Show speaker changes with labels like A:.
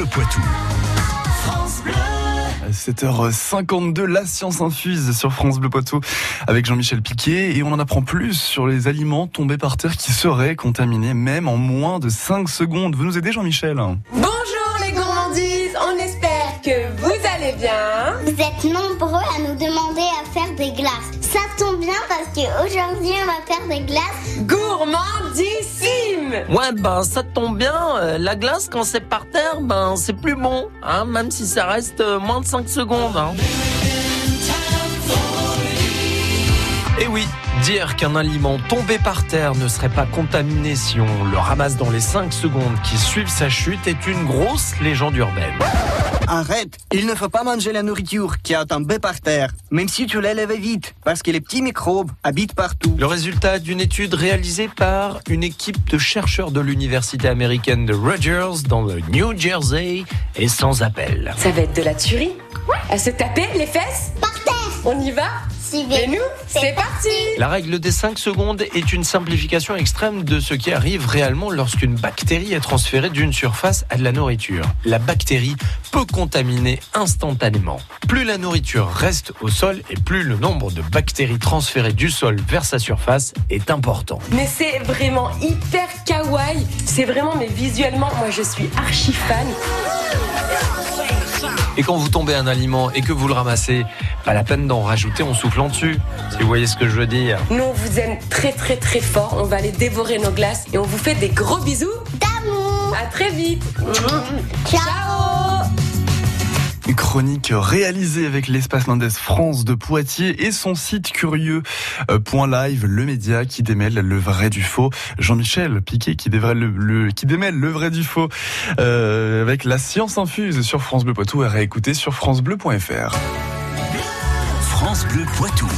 A: tout. 7h52, la science infuse sur France Bleu Poitou avec Jean-Michel Piquet et on en apprend plus sur les aliments tombés par terre qui seraient contaminés même en moins de 5 secondes. Vous nous aidez Jean-Michel
B: Bonjour les gourmandises, on espère que vous allez bien.
C: Vous êtes nombreux à nous demander à faire des glaces. Ça tombe bien parce qu'aujourd'hui on va faire des glaces.
B: Gourmandissime
D: Ouais, ben ça tombe bien. euh, la glace, quand c'est par terre, ben c'est plus bon. Hein, même si ça reste euh, moins de 5 secondes. Hein. Et Eh oui, dire qu'un aliment tombé par terre ne serait pas contaminé si on le ramasse dans les 5 secondes qui suivent sa chute est une grosse légende urbaine.
E: Arrête, il ne faut pas manger la nourriture qui a tombé par terre, même si tu l'élèves vite, parce que les petits microbes habitent partout.
D: Le résultat d'une étude réalisée par une équipe de chercheurs de l'université américaine de Rogers dans le New Jersey est sans appel.
B: Ça va être de la tuerie. À se taper les fesses
C: Par terre
B: On y va Et nous, c'est parti
D: La règle des 5 secondes est une simplification extrême de ce qui arrive réellement lorsqu'une bactérie est transférée d'une surface à de la nourriture. La bactérie peut contaminer instantanément. Plus la nourriture reste au sol et plus le nombre de bactéries transférées du sol vers sa surface est important.
B: Mais c'est vraiment hyper kawaii. C'est vraiment, mais visuellement, moi je suis archi fan.
D: Et quand vous tombez un aliment et que vous le ramassez, pas la peine d'en rajouter en soufflant dessus, si vous voyez ce que je veux dire.
B: Nous, on vous aime très très très fort. On va aller dévorer nos glaces et on vous fait des gros bisous.
C: D'amour
B: À très vite. Ciao.
A: Une chronique réalisée avec l'espace Mendès France de Poitiers et son site curieux euh, point .live, le média qui démêle le vrai du faux. Jean-Michel Piquet qui, dévèle le, le- qui démêle le vrai du faux euh, avec la science infuse sur France Bleu Poitou et réécouter sur francebleu.fr.
F: France Bleu Poitou.